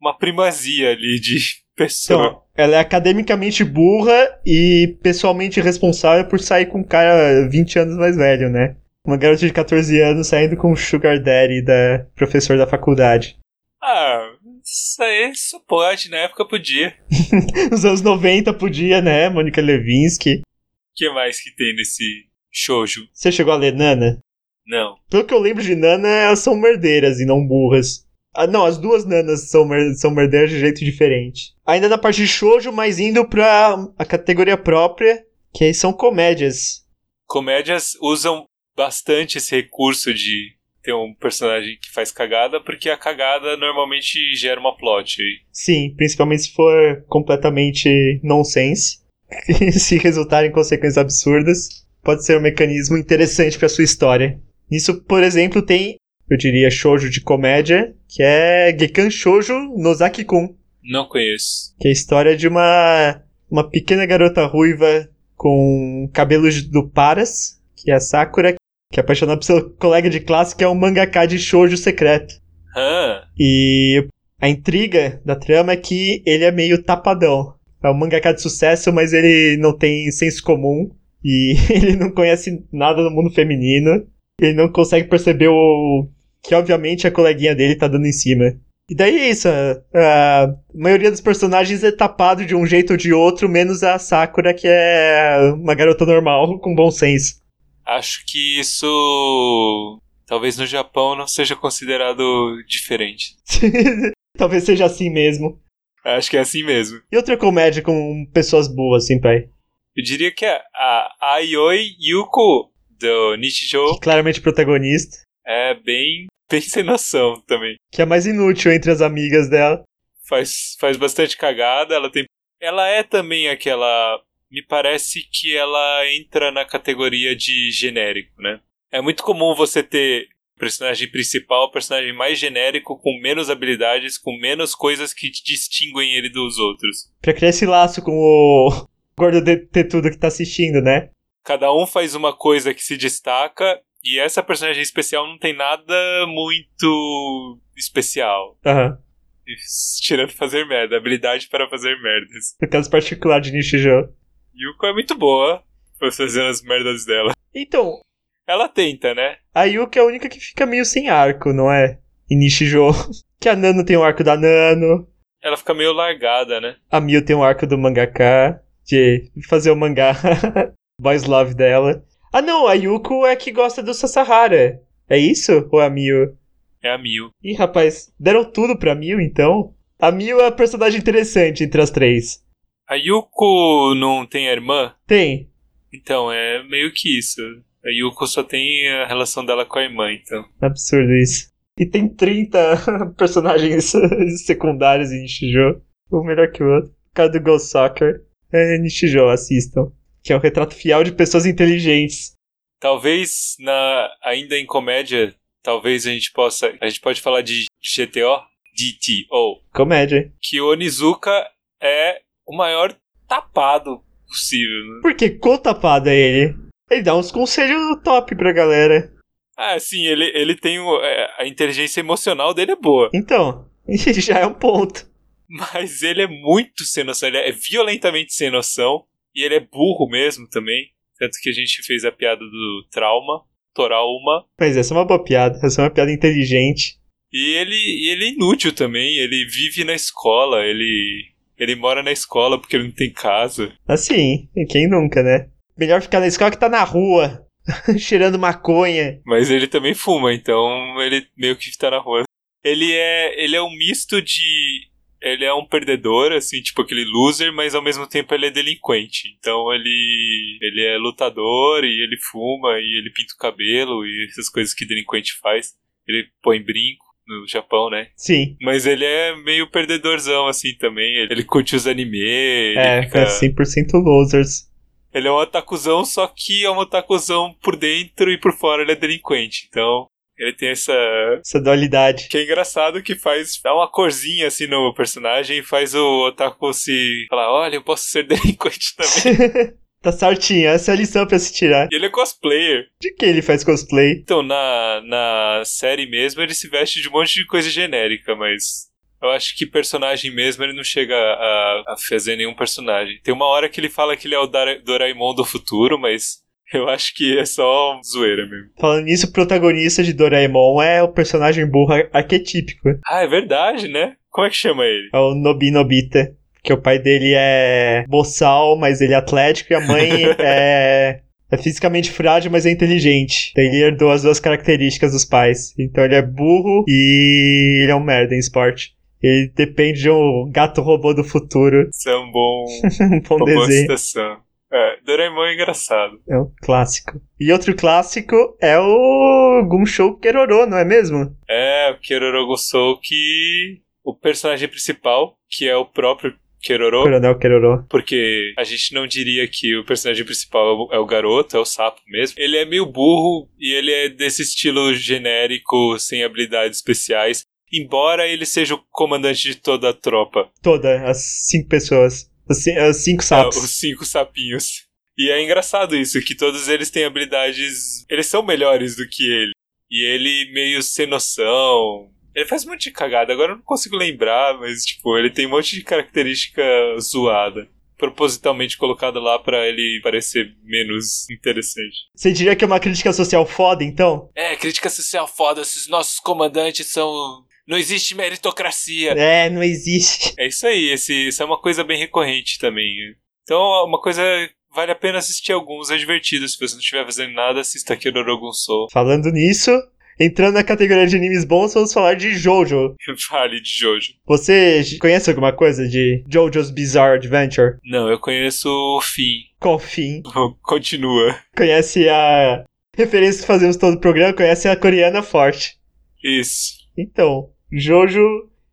uma primazia ali de pessoa. Então, ela é academicamente burra e pessoalmente responsável por sair com um cara 20 anos mais velho, né? Uma garota de 14 anos saindo com o Sugar Daddy da professor da faculdade. Ah, isso aí só pode, na época podia. Nos anos 90 podia, né? Mônica Levinsky. O que mais que tem nesse shoujo? Você chegou a ler Nana? Não. Pelo que eu lembro de Nana, elas são merdeiras e não burras. Ah, não, as duas nanas são, mer- são merdeiras de jeito diferente. Ainda na parte de shoujo, mas indo pra a categoria própria, que aí são comédias. Comédias usam bastante esse recurso de ter um personagem que faz cagada, porque a cagada normalmente gera uma plot. E Sim, principalmente se for completamente nonsense. E se resultar em consequências absurdas, pode ser um mecanismo interessante pra sua história. Nisso, por exemplo, tem, eu diria, shoujo de comédia, que é Gekan Shoujo Nozaki-kun. Não conheço. que é a história de uma, uma pequena garota ruiva com cabelos do Paras, que é a Sakura, que é apaixonada por seu colega de classe, que é um mangaká de shoujo secreto. Hã? E a intriga da trama é que ele é meio tapadão. É um mangaká de sucesso, mas ele não tem senso comum e ele não conhece nada do mundo feminino. Ele não consegue perceber o que obviamente a coleguinha dele tá dando em cima. E daí é isso. A, a maioria dos personagens é tapado de um jeito ou de outro, menos a Sakura, que é uma garota normal com bom senso. acho que isso talvez no Japão não seja considerado diferente. Talvez seja assim mesmo. Acho que é assim mesmo. E outra comédia com pessoas boas, assim, pai. Eu diria que a- a Ayoi Yuko do Nichijou Que claramente protagonista. é bem, bem sem noção também. Que é a mais inútil entre as amigas dela. Faz, faz bastante cagada, ela tem. Ela é também aquela. Me parece que ela entra na categoria de genérico, né? É muito comum você ter personagem principal, personagem mais genérico, com menos habilidades, com menos coisas que te distinguem ele dos outros. Pra criar esse laço com o gordo de ter tudo que tá assistindo, né? cada um faz uma coisa que se destaca e essa personagem especial não tem nada muito especial. Aham. Tirando fazer merda, habilidade para fazer merdas. No caso particular de Nishijou. Yuko é muito boa pra fazer as merdas dela. Então, Ela tenta, né? a Yuki é a única que fica meio sem arco, não é? Em Nishijou. Que a Nano tem o arco da Nano. Ela fica meio largada, né? A Miu tem um arco do mangaka de fazer o mangá Boys Love dela. Ah não, a Yuko é que gosta do Sasahara. É isso? Ou é a Miu? É a Mil. Ih, rapaz, deram tudo pra Miu então? A Miu é a personagem interessante entre as três. A Yuko não tem irmã? Tem. Então, é meio que isso. A Yuko só tem a relação dela com a irmã, então. Absurdo isso. E tem 30 personagens secundários em Nishijou. Um melhor que o outro. Por causa do Ghost Soccer. É Nishijou, assistam. Que é um retrato fiel de pessoas inteligentes. Talvez na ainda em comédia, talvez a gente possa, a gente pode falar de GTO, DTO, Comédia. que o Onizuka é o maior tapado possível. Né? Porque quão tapado é ele? Ele dá uns conselhos top pra galera. Ah, sim, ele ele tem o, é, a inteligência emocional dele é boa, Então, já é um ponto. mas ele é muito sem noção, ele é violentamente sem noção e ele é burro mesmo também, tanto que a gente fez a piada do trauma, torauma, Mas essa é uma boa piada. Essa é uma piada inteligente. E ele, e ele é inútil também, ele vive na escola, ele. Ele mora na escola porque ele não tem casa. Assim, quem nunca, né? Melhor ficar na escola que tá na rua, cheirando maconha. Mas ele também fuma, então ele meio que tá na rua. Ele é. Ele é um misto de. Ele é um perdedor, assim, tipo aquele loser, mas ao mesmo tempo ele é delinquente. Então ele. ele é lutador e ele fuma e ele pinta o cabelo e essas coisas que delinquente faz. Ele põe brinco no Japão, né? Sim, Mas ele é meio perdedorzão, assim, também. Ele, ele curte os anime, ele, é, fica- é 100% losers. ele é um atacuzão, só que é um atacuzão por dentro e por fora ele é delinquente. Então, ele tem essa... Essa dualidade. Que é engraçado que faz... Dá uma corzinha, assim, no personagem e faz o otaku se... Falar, olha, eu posso ser delinquente também. tá certinho, essa é a lição pra se tirar. e ele é cosplayer. De que ele faz cosplay? Então, na, na série mesmo, ele se veste de um monte de coisa genérica, mas eu acho que personagem mesmo ele não chega a, a fazer nenhum personagem. Tem uma hora que ele fala que ele é o Dora- Doraemon do futuro, mas eu acho que é só zoeira mesmo. Falando nisso, o protagonista de Doraemon é o personagem burro ar- arquetípico. Ah, é verdade, né? Como é que chama ele? É o Nobi Nobita. Que o pai dele é boçal, mas ele é atlético. E a mãe é, é fisicamente frágil, mas é inteligente. Daí ele herdou as duas características dos pais. Então ele é burro e ele é um merda em esporte. Ele depende de um gato robô do futuro. Sambon Um bom desenho. Citação. É, Doraemon é engraçado. É um clássico. E outro clássico é o Gunshow Keroro, não é mesmo? É, o Keroro Gosou que... O personagem principal, que é o próprio Keroro, Coronel Keroro. Porque a gente não diria que o personagem principal é o- é o garoto, é o sapo mesmo. Ele é meio burro e ele é desse estilo genérico, sem habilidades especiais. Embora ele seja o comandante de toda a tropa. Toda, as cinco pessoas. As, ci- as cinco Ah, sapos. Os cinco sapinhos. E é engraçado isso, que todos eles têm habilidades. Eles são melhores do que ele. E ele meio sem noção. Ele faz um monte de cagada, agora eu não consigo lembrar, mas tipo, ele tem um monte de característica zoada. Propositalmente colocado lá pra ele parecer menos interessante. Você diria que é uma crítica social foda, então? É, crítica social foda, esses nossos comandantes são. Não existe meritocracia. É, não existe. É isso aí, esse, isso é uma coisa bem recorrente também. Então, uma coisa. Vale a pena assistir alguns, é divertido. Se você não estiver fazendo nada, assista Keroro Gunsou. Falando nisso, Entrando na categoria de animes bons, vamos falar de Jojo. Fale de Jojo. Você conhece alguma coisa de Jojo's Bizarre Adventure? Não, eu conheço o fim. Qual fim? Continua. Conhece a referência que fazemos todo o programa? Conhece a coreana forte. Isso. Então, Jojo.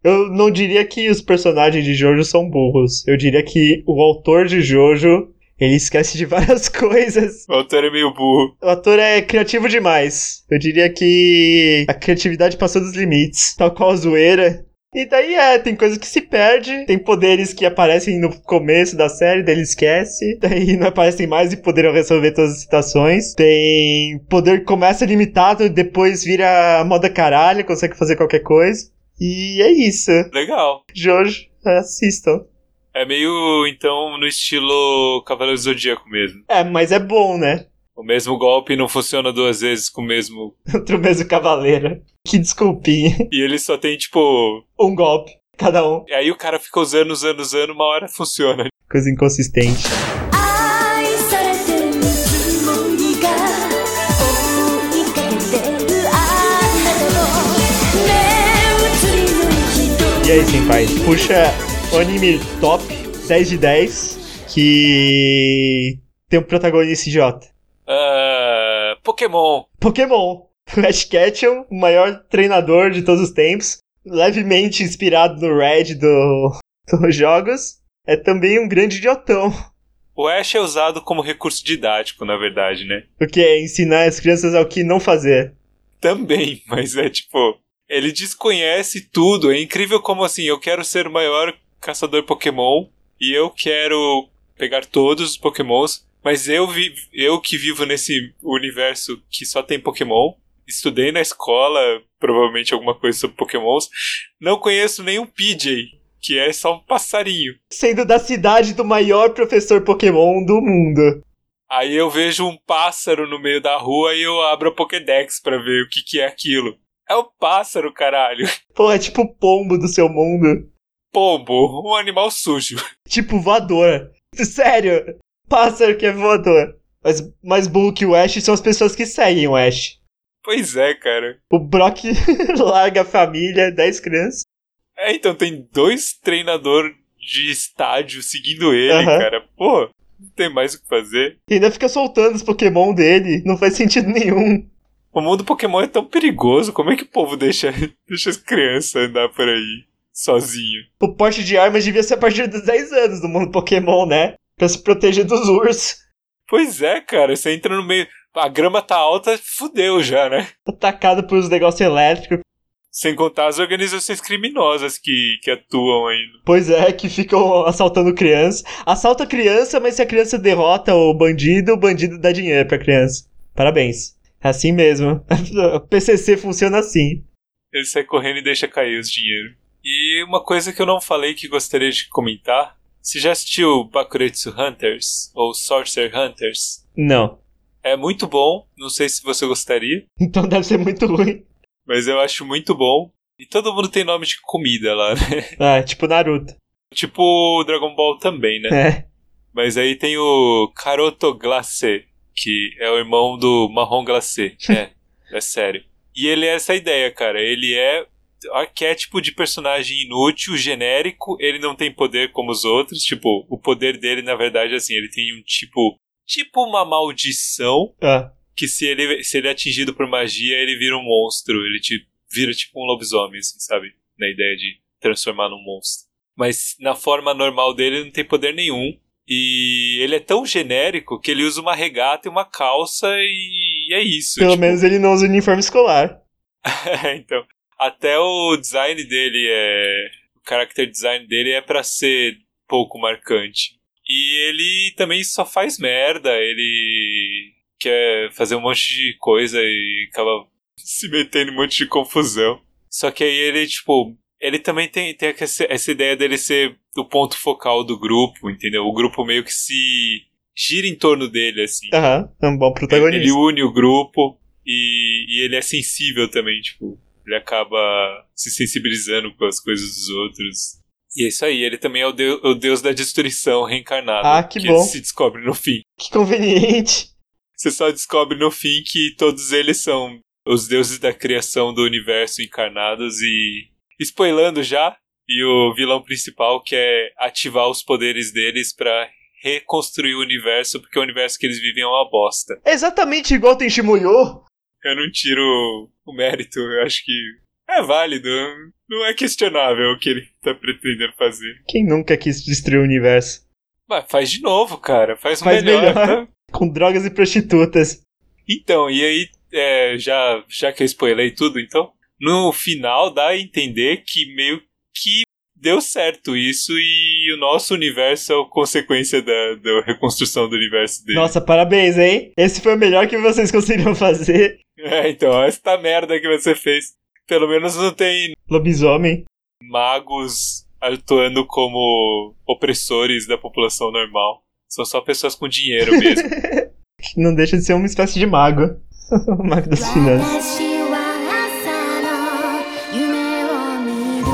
Eu não diria que os personagens de Jojo são burros. Eu diria que o autor de Jojo. Ele esquece de várias coisas O autor é meio burro. O ator é criativo demais. Eu diria que a criatividade passou dos limites, tal qual a zoeira. E daí é, tem coisa que se perde, tem poderes que aparecem no começo da série, daí ele esquece, daí não aparecem mais e poderiam resolver todas as situações. Tem poder que começa limitado, depois vira moda caralho, consegue fazer qualquer coisa. E é isso. Legal. Jojo, assistam. É meio, então, no estilo Cavaleiro do Zodíaco mesmo. É, mas é bom, né? O mesmo golpe não funciona duas vezes com o mesmo. Outro mesmo cavaleiro. Que desculpinha. E ele só tem, tipo. Um golpe, cada um. E aí o cara fica usando, usando, usando, uma hora funciona. Coisa inconsistente. 愛されてるつもりが追いかけてるあなたの目移りの人 E aí, Senpai, puxa o anime top 10 de 10 que tem um protagonista idiota. Ah, Pokémon. Pokémon. Ash Ketchum, o maior treinador de todos os tempos, levemente inspirado no Red do, dos jogos, é também um grande idiotão. O Ash é usado como recurso didático, na verdade, né? O que é ensinar as crianças ao que não fazer. Também, mas é tipo. Ele desconhece tudo. É incrível como assim, eu quero ser o maior caçador Pokémon e eu quero pegar todos os Pokémons. Mas eu, vi, eu que vivo nesse universo que só tem Pokémon, estudei na escola, provavelmente alguma coisa sobre Pokémons, não conheço nenhum PJ, que é só um passarinho. Sendo da cidade do maior professor Pokémon do mundo. Aí eu vejo um pássaro no meio da rua e eu abro a Pokédex pra ver o que, que é aquilo. É um pássaro, caralho. Pô, é tipo o pombo do seu mundo. Pombo, um animal sujo. Tipo voador. Sério, pássaro que é voador. Mas mais burro que o Ash são as pessoas que seguem o Ash. Pois é, cara. O Brock larga a família, 10 crianças. É, então tem dois treinadores de estádio seguindo ele, Aham. cara. Pô, não tem mais o que fazer. E ainda fica soltando os Pokémon dele. Não faz sentido nenhum. O mundo Pokémon é tão perigoso. Como é que o povo deixa, deixa as crianças andar por aí sozinho? O porte de armas devia ser a partir dos 10 anos do mundo Pokémon, né? Pra se proteger dos ursos. Pois é, cara. Você entra no meio. A grama tá alta, fudeu já, né? Atacado por uns negócios elétricos. Sem contar as organizações criminosas que, que atuam aí. Pois é, que ficam assaltando criança. Assalta a criança, mas se a criança derrota o bandido, o bandido dá dinheiro pra criança. Parabéns. É assim mesmo. O PCC funciona assim. Ele sai correndo e deixa cair os dinheiro. E uma coisa que eu não falei que gostaria de comentar. Você já assistiu Bakuretsu Hunters? Ou Sorcerer Hunters? Não. É muito bom. Não sei se você gostaria. Então deve ser muito ruim. Mas eu acho muito bom. E todo mundo tem nome de comida lá, né? Ah, tipo Naruto. tipo o Dragon Ball também, né? É. Mas aí tem o Caroto Glacé, que é o irmão do Marrom Glacé. É, é sério. E ele é essa ideia, cara. Ele é arquétipo de personagem inútil, genérico. Ele não tem poder como os outros. Tipo, o poder dele, na verdade, é assim, ele tem um tipo. Tipo uma maldição Ah, que se ele, se ele é atingido por magia, ele vira um monstro. Ele te, vira tipo um lobisomem, assim, sabe? Na ideia de transformar num monstro. Mas na forma normal dele, ele não tem poder nenhum. E ele é tão genérico que ele usa uma regata e uma calça e, é isso. pelo tipo, menos ele não usa uniforme escolar. é, então. Até o design dele é. O character design dele é pra ser pouco marcante. E ele também só faz merda, ele quer fazer um monte de coisa e acaba se metendo em um monte de confusão. Só que aí ele, tipo. Ele também tem, tem essa, essa ideia dele ser o ponto focal do grupo, entendeu? O grupo meio que se gira em torno dele, assim. Aham, é um bom protagonista. Ele une o grupo e, e ele é sensível também, tipo, ele acaba se sensibilizando com as coisas dos outros. E é isso aí, ele também é o, deu- o deus da destruição reencarnado. Ah, que bom. se descobre no fim. Que conveniente. Você só descobre no fim que todos eles são os deuses da criação do universo encarnados e. Spoilando já, e o vilão principal quer ativar os poderes deles pra reconstruir o universo, porque o universo que eles vivem é uma bosta. É exatamente igual tem Shimuyo. Eu não tiro o mérito, eu acho que é válido, não é questionável o que ele tá pretendendo fazer. Quem nunca quis destruir o universo? Mas faz de novo, cara, faz, o Faz melhor. tá? melhor. Com drogas e prostitutas. Então, e aí, é, já, já que eu spoilei tudo, então, no final dá a entender que meio que deu certo isso e o nosso universo é a consequência da, da reconstrução do universo dele. Nossa, parabéns, hein? Esse foi o melhor que vocês conseguiram fazer. É, então, essa merda que você fez. Pelo menos não tem Lobisomem. magos atuando como opressores da população normal. São só pessoas com dinheiro mesmo. que Não deixa de ser uma espécie de mago. O mago das finanças. 私は朝の夢を見る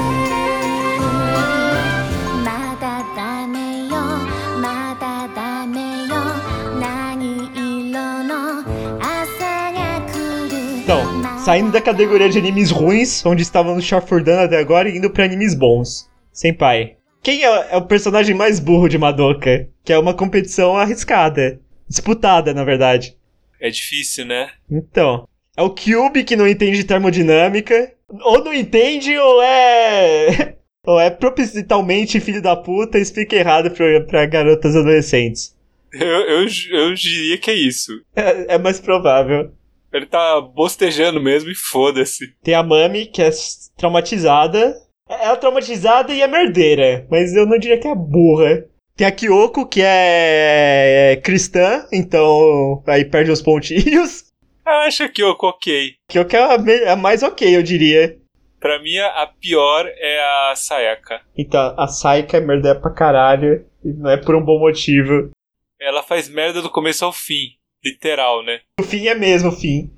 まだダメよまだダメよ何色の朝が来る Então, saindo da categoria de animes ruins, onde estávamos chafurdando até agora, e indo pra animes bons. Sem pai. Quem é, é o personagem mais burro de Madoka? Que é uma competição arriscada. Disputada, na verdade. É difícil, né? Então, é o Cube que não entende termodinâmica. Ou não entende, ou é. Ou é propositalmente filho da puta e explica errado pra, pra garotas adolescentes. Eu, eu, ju- eu diria que é isso. É, é mais provável. Ele tá bostejando mesmo e foda-se. Tem a Mami, que é s- traumatizada. É- Ela é traumatizada e é merdeira, mas eu não diria que é burra. Tem a Kyoko, que é, é cristã, então aí perde os pontinhos. Acha que eu coquei. Kyoko é a, me- a mais ok, eu diria. Pra mim, a pior é a Sayaka. Então, a Saika é merda pra caralho, e não é por um bom motivo. Ela faz merda do começo ao fim. Literal, né? O fim é mesmo o fim.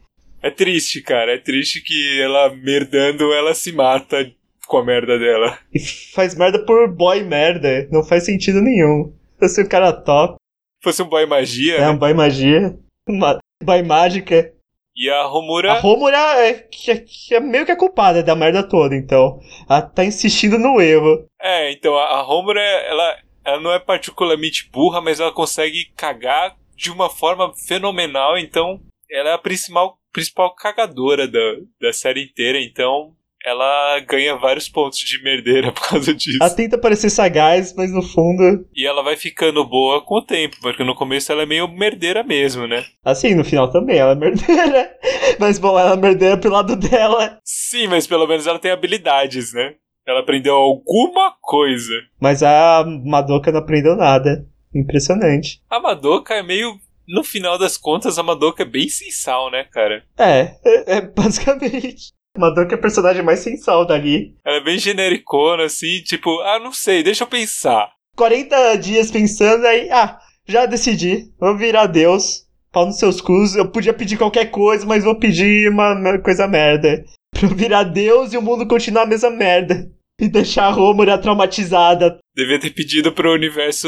É triste, cara. É triste que ela merdando, ela se mata com a merda dela. E faz merda por boy merda, não faz sentido nenhum. Eu sou um cara top, Se Fosse um boy magia. é né? um boy magia, uma boy mágica. E a Homura. A Homura é, que é- que é meio que a culpada da merda toda, então. Ela tá insistindo no erro. É, então a, a Homura, ela, ela não é particularmente burra, mas ela consegue cagar de uma forma fenomenal, então ela é a principal, principal cagadora da, da série inteira, então ela ganha vários pontos de merdeira por causa disso. Ela tenta parecer sagaz, mas no fundo. E ela vai ficando boa com o tempo, porque no começo ela é meio merdeira mesmo, né? Assim, no final também, ela é merdeira. Mas bom, ela é merdeira pro lado dela. Sim, mas pelo menos ela tem habilidades, né? Ela aprendeu alguma coisa. Mas a Madoka não aprendeu nada. Impressionante. A Madoka é meio. No final das contas, a Madoka é bem sensal, né, cara? É, é, é basicamente. Madoka é a personagem mais sensal dali. Ela é bem genericona, assim, tipo, ah, não sei, deixa eu pensar. 40 dias pensando, aí, ah, já decidi, vou virar Deus, pau nos seus cus, eu podia pedir qualquer coisa, mas vou pedir uma me- coisa merda. Pra eu virar Deus e o mundo continuar a mesma merda. E deixar a Rômora traumatizada. Devia ter pedido pro universo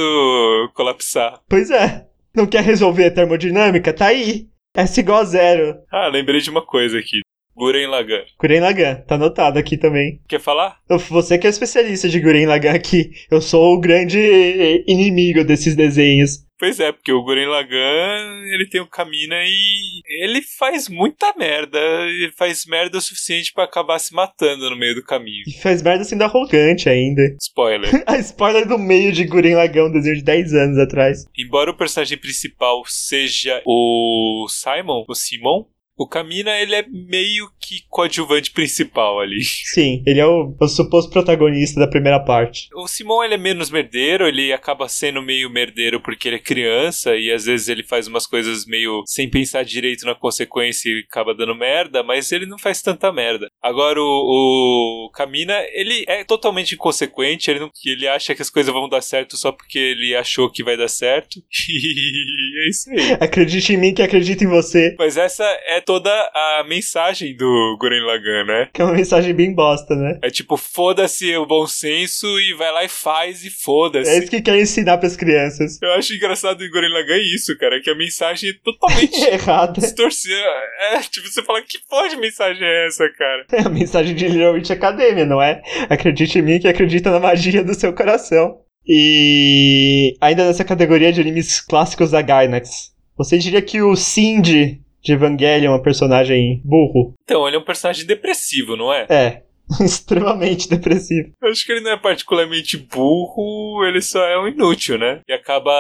colapsar. Pois é, não quer resolver a termodinâmica? Tá aí. S igual a zero. Ah, lembrei de uma coisa aqui. Guren Lagan. Guren Lagan, tá anotado aqui também. Quer falar? Eu- Você que é o especialista de Guren Lagan aqui. Eu sou o grande eh, inimigo desses desenhos. Pois é, porque o Guren Lagan, ele tem o Kamina e ele faz muita merda. Ele faz merda o suficiente pra acabar se matando no meio do caminho. E faz merda sendo arrogante ainda. Spoiler. A spoiler do meio de Guren Lagão, um desenho de 10 anos atrás. Embora o personagem principal seja o Simon, o Simon, o Kamina, ele é meio que coadjuvante principal ali. Sim, ele é o, o suposto protagonista da primeira parte. O Simon ele é menos merdeiro, ele acaba sendo meio merdeiro porque ele é criança e às vezes ele faz umas coisas meio sem pensar direito na consequência e acaba dando merda, mas ele não faz tanta merda. Agora o, o Kamina, ele é totalmente inconsequente, ele, não- ele acha que as coisas vão dar certo só porque ele achou que vai dar certo. E é isso aí. Acredite em mim que acredito em você. Mas essa é toda a mensagem do do Guren Lagan, né? Que é uma mensagem bem bosta, né? É tipo, foda-se o bom senso e vai lá e faz e É foda-se. isso que quer ensinar pras crianças. Eu acho engraçado do Guren Lagan isso, cara, que a mensagem é totalmente Errada. distorcida. É, tipo, você fala, que porra de mensagem é essa, cara? É a mensagem de Little Witch Academia, não é? Acredite em mim que acredita na magia do seu coração. E ainda nessa categoria de animes clássicos da Gainax, você diria que o Cindy de Evangelion é um personagem burro? Então, ele é um personagem depressivo, não é? É, extremamente depressivo. Eu acho que ele não é particularmente burro, ele só é um inútil, né? E acaba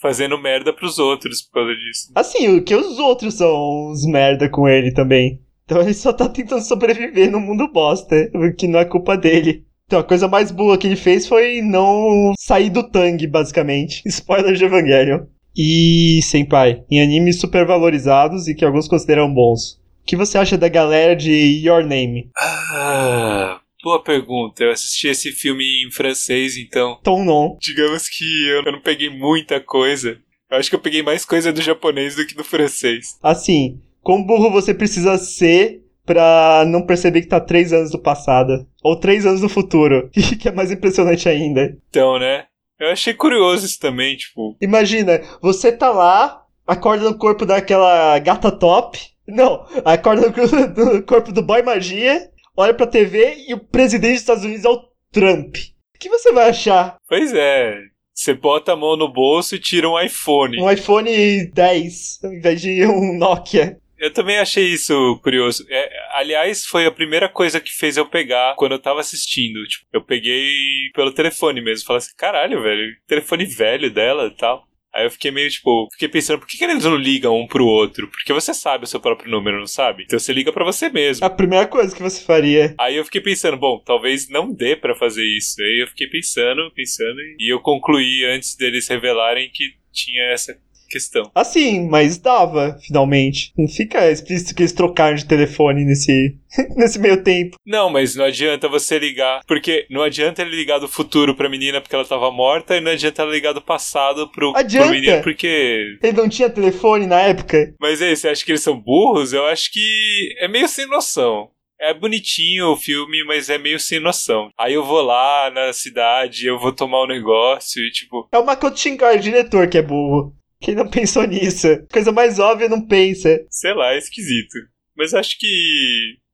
fazendo merda pros outros por causa disso. Assim, o que os outros são uns merda com ele também. Então ele só tá tentando sobreviver num mundo bosta, o que não é culpa dele. Então a coisa mais boa que ele fez foi não sair do tangue, basicamente. Spoiler de Evangelion. E Senpai, em animes supervalorizados e que alguns consideram bons. O que você acha da galera de Your Name? Ah, boa pergunta. Eu assisti esse filme em francês, então Tom Non. digamos que eu eu não peguei muita coisa. Eu acho que eu peguei mais coisa do japonês do que do francês. Assim, quão burro você precisa ser pra não perceber que tá três anos do passado? Ou três anos do futuro? E que é mais impressionante ainda. Então, né? Eu achei curioso isso também, tipo. Imagina, você tá lá, acorda no corpo daquela gata top. Não, acorda no co- no corpo do boy magia, olha pra TV e o presidente dos Estados Unidos é o Trump. O que você vai achar? Pois é. Você bota a mão no bolso e tira um iPhone. Um iPhone 10 ao invés de um Nokia. Eu também achei isso curioso. É, aliás, foi a primeira coisa que fez eu pegar quando eu tava assistindo. Tipo, eu peguei pelo telefone mesmo. Falei assim, caralho, velho, telefone velho dela e tal. Aí eu fiquei meio tipo, fiquei pensando, por que, que eles não ligam um pro outro? Porque você sabe o seu próprio número, não sabe? Então você liga pra você mesmo. A primeira coisa que você faria. Aí eu fiquei pensando, bom, talvez não dê pra fazer isso. Aí eu fiquei pensando, pensando, e- e eu concluí antes deles revelarem que tinha essa questão. Assim, mas dava, finalmente. Não fica explícito que eles trocaram de telefone nesse, nesse meio tempo. Não, mas não adianta você ligar, porque não adianta ele ligar do futuro pra menina porque ela tava morta, e não adianta ela ligar do passado pro, pro Adianta. menino porque. Ele não tinha telefone na época? Mas é aí, você acha que eles são burros? Eu acho que é meio sem noção. É bonitinho o filme, mas é meio sem noção. Aí eu vou lá na cidade, eu vou tomar um negócio e tipo. É o Makoto Shinkai, o diretor, que é burro. Quem não pensou nisso? Coisa mais óbvia, não pensa. sei lá, é esquisito. Mas acho que.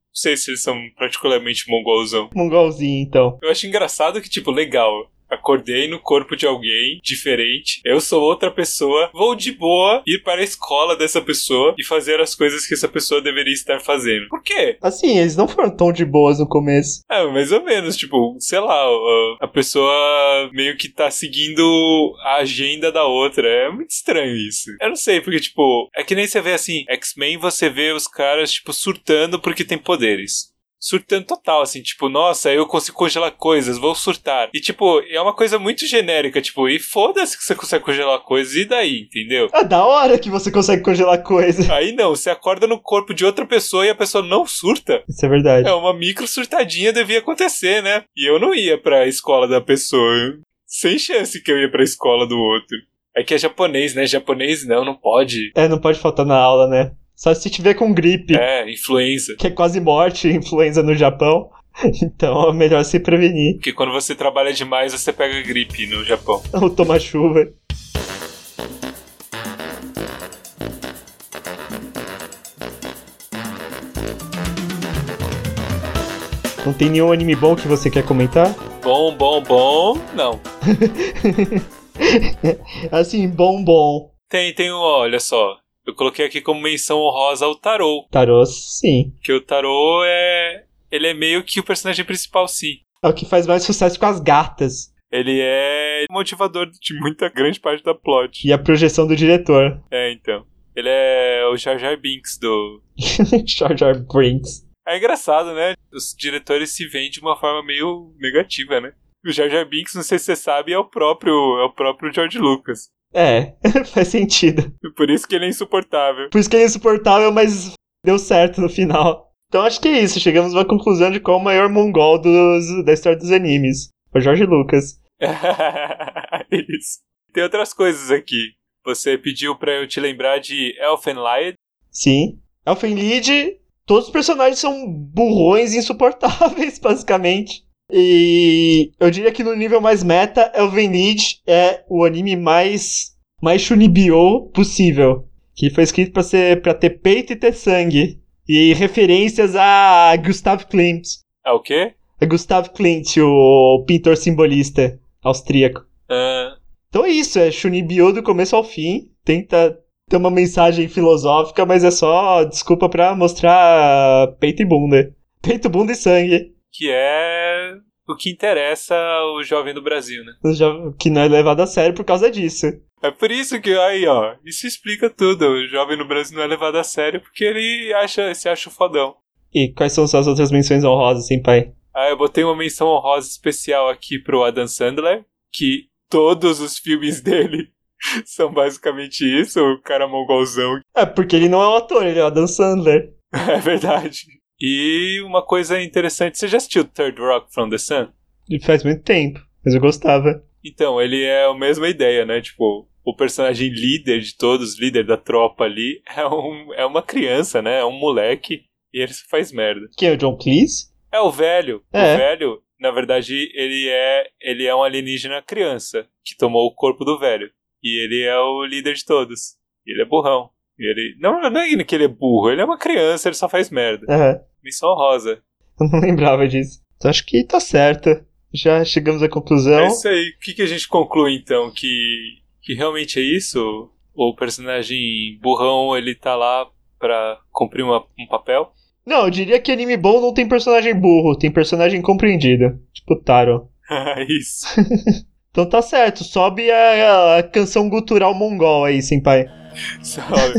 Não sei se eles são particularmente mongolzão. Mongolzinho, então. Eu acho engraçado que, tipo, legal. Acordei no corpo de alguém diferente. Eu sou outra pessoa. Vou de boa ir para a escola dessa pessoa e fazer as coisas que essa pessoa deveria estar fazendo. Por quê? Assim, eles não foram tão de boas no começo. É, mais ou menos, tipo, sei lá, o- a pessoa meio que tá seguindo a agenda da outra. É muito estranho isso. Eu não sei, porque, tipo, é que nem você vê assim, X-Men, você vê os caras, tipo, surtando porque tem poderes. Surtando total, assim, tipo, nossa, eu consigo congelar coisas, vou surtar. E, tipo, é uma coisa muito genérica, tipo, e foda-se que você consegue congelar coisas, e daí, entendeu? É da hora que você consegue congelar coisa. Aí não, você acorda no corpo de outra pessoa e a pessoa não surta. Isso é verdade. É, uma micro surtadinha devia acontecer, né? E eu não ia pra escola da pessoa. Sem chance que eu ia pra escola do outro. É que é japonês, né? Japonês não, não pode. É, não pode faltar na aula, né? Só se tiver com gripe, É, influenza. que é quase morte, influenza no Japão. Então é melhor se prevenir. Porque quando você trabalha demais, você pega gripe no Japão. Ou tomar chuva. Não tem nenhum anime bom que você quer comentar? Bom, bom, bom. Não. Assim, bom, bom. Tem, tem um, olha só. Eu coloquei aqui como menção honrosa o Tarô. Tarô, sim. Porque o Tarô é. Ele é meio que o personagem principal, sim. É o que faz mais sucesso com as gatas. Ele é motivador de muita grande parte da plot. E a projeção do diretor, É, então. Ele é o Jar Jar Binks do. Jar Jar Brinks. É engraçado, né? Os diretores se veem de uma forma meio negativa, né? O Jar Jar Binks, não sei se você sabe, é o próprio, é o próprio George Lucas. É, faz sentido. Por isso que ele é insuportável. Por isso que ele é insuportável, mas deu certo no final. Então acho que é isso. Chegamos à conclusão de qual é o maior mongol dos- da história dos animes. O Jorge Lucas. isso. Tem outras coisas aqui. Você pediu pra eu te lembrar de Elfenlied. Sim. Elfenlied Todos os personagens são burrões insuportáveis, basicamente. E eu diria que no nível mais meta, Elven Lied é o anime mais mais shunibyo possível, que foi escrito para ser para ter peito e ter sangue e referências a Gustav Klimt. É o quê? É Gustav Klimt, o pintor simbolista austríaco. Ah, Então é isso, é Shunibyo do começo ao fim. Tenta ter uma mensagem filosófica, mas é só desculpa pra mostrar peito e bunda. Peito, bunda e sangue. que é o que interessa ao jovem do Brasil, né? Já- Que não é levado a sério por causa disso. É por isso que, aí, ó, isso explica tudo. O jovem no Brasil não é levado a sério porque ele acha, se acha fodão. E quais são suas outras menções honrosas, senpai? Ah, eu botei uma menção honrosa especial aqui pro Adam Sandler, que todos os filmes dele são basicamente isso, o cara mongolzão. É porque ele não é um ator, ele é o Adam Sandler. É verdade. E uma coisa interessante, você já assistiu Third Rock from the Sun? E Faz muito tempo, mas eu gostava. Então, ele é a mesma ideia, né? Tipo, o personagem líder de todos, líder da tropa ali, é, um, é uma criança, né? É um moleque e ele só faz merda. Quem é o John Cleese? É o velho. É. O velho, na verdade, ele é ele é um alienígena criança que tomou o corpo do velho. E ele é o líder de todos. E Ele é burrão. E Ele, não, não é que ele é burro, ele é uma criança, ele só faz merda. Aham, Missão rosa. eu não lembrava disso. Então acho que tá certo. Já chegamos à conclusão. É isso aí. O que, que a gente conclui então? Que, que realmente é isso? O personagem burrão ele tá lá pra cumprir uma- um papel? Não, eu diria que anime bom não tem personagem burro, tem personagem compreendido. Tipo o Taro. É isso. Então tá certo, sobe a, a canção gutural mongol aí, senpai. Sabe?